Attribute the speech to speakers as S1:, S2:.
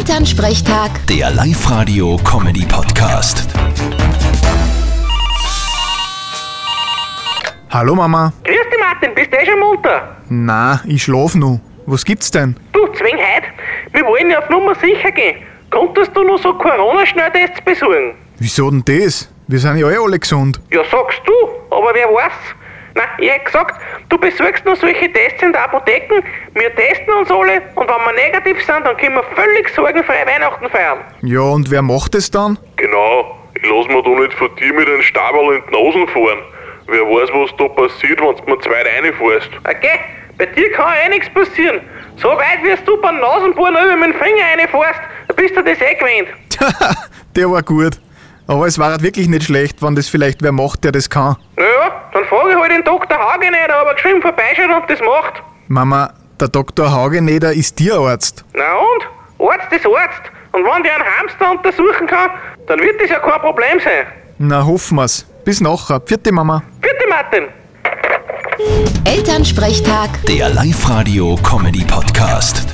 S1: Elternsprechtag,
S2: Der Live-Radio-Comedy-Podcast.
S3: Hallo Mama.
S4: Grüß dich Martin, bist du eh schon munter?
S3: Na, ich schlaf nur. Was gibt's denn?
S4: Du, zwing heut, wir wollen ja auf Nummer sicher gehen. Konntest du noch so Corona-Schnelltests besorgen?
S3: Wieso denn das? Wir sind ja eh alle gesund.
S4: Ja, sagst du, aber wer weiß? Na, ich hätt gesagt, du besorgst noch solche Tests in der Apotheken, wir testen uns alle und wenn wir negativ sind, dann können wir völlig sorgenfrei Weihnachten feiern.
S3: Ja, und wer macht es dann?
S5: Genau, ich lass mir da nicht von dir mit einem Stabel in die Nasen fahren. Wer weiß, was da passiert, wenn du mir zwei reinfährst.
S4: Okay? Bei dir kann ja eh nichts passieren. So weit wirst du beim Nasenbohren über mit dem Finger reinfährst, dann bist du das eh gewöhnt.
S3: Der war gut. Aber es war halt wirklich nicht schlecht, wenn das vielleicht wer macht, der das kann.
S4: Naja, dann frage ich halt den Dr. Hage nicht, ob er geschrieben vorbeischaut und das macht.
S3: Mama, der Dr. Hageneder ist Tierarzt.
S4: Na und? Arzt ist Arzt. Und wenn der einen Hamster untersuchen kann, dann wird das ja kein Problem sein.
S3: Na, hoffen wir's. Bis nachher. Vierte Mama.
S4: Bitte, Martin.
S1: Elternsprechtag.
S2: Der Live-Radio-Comedy-Podcast.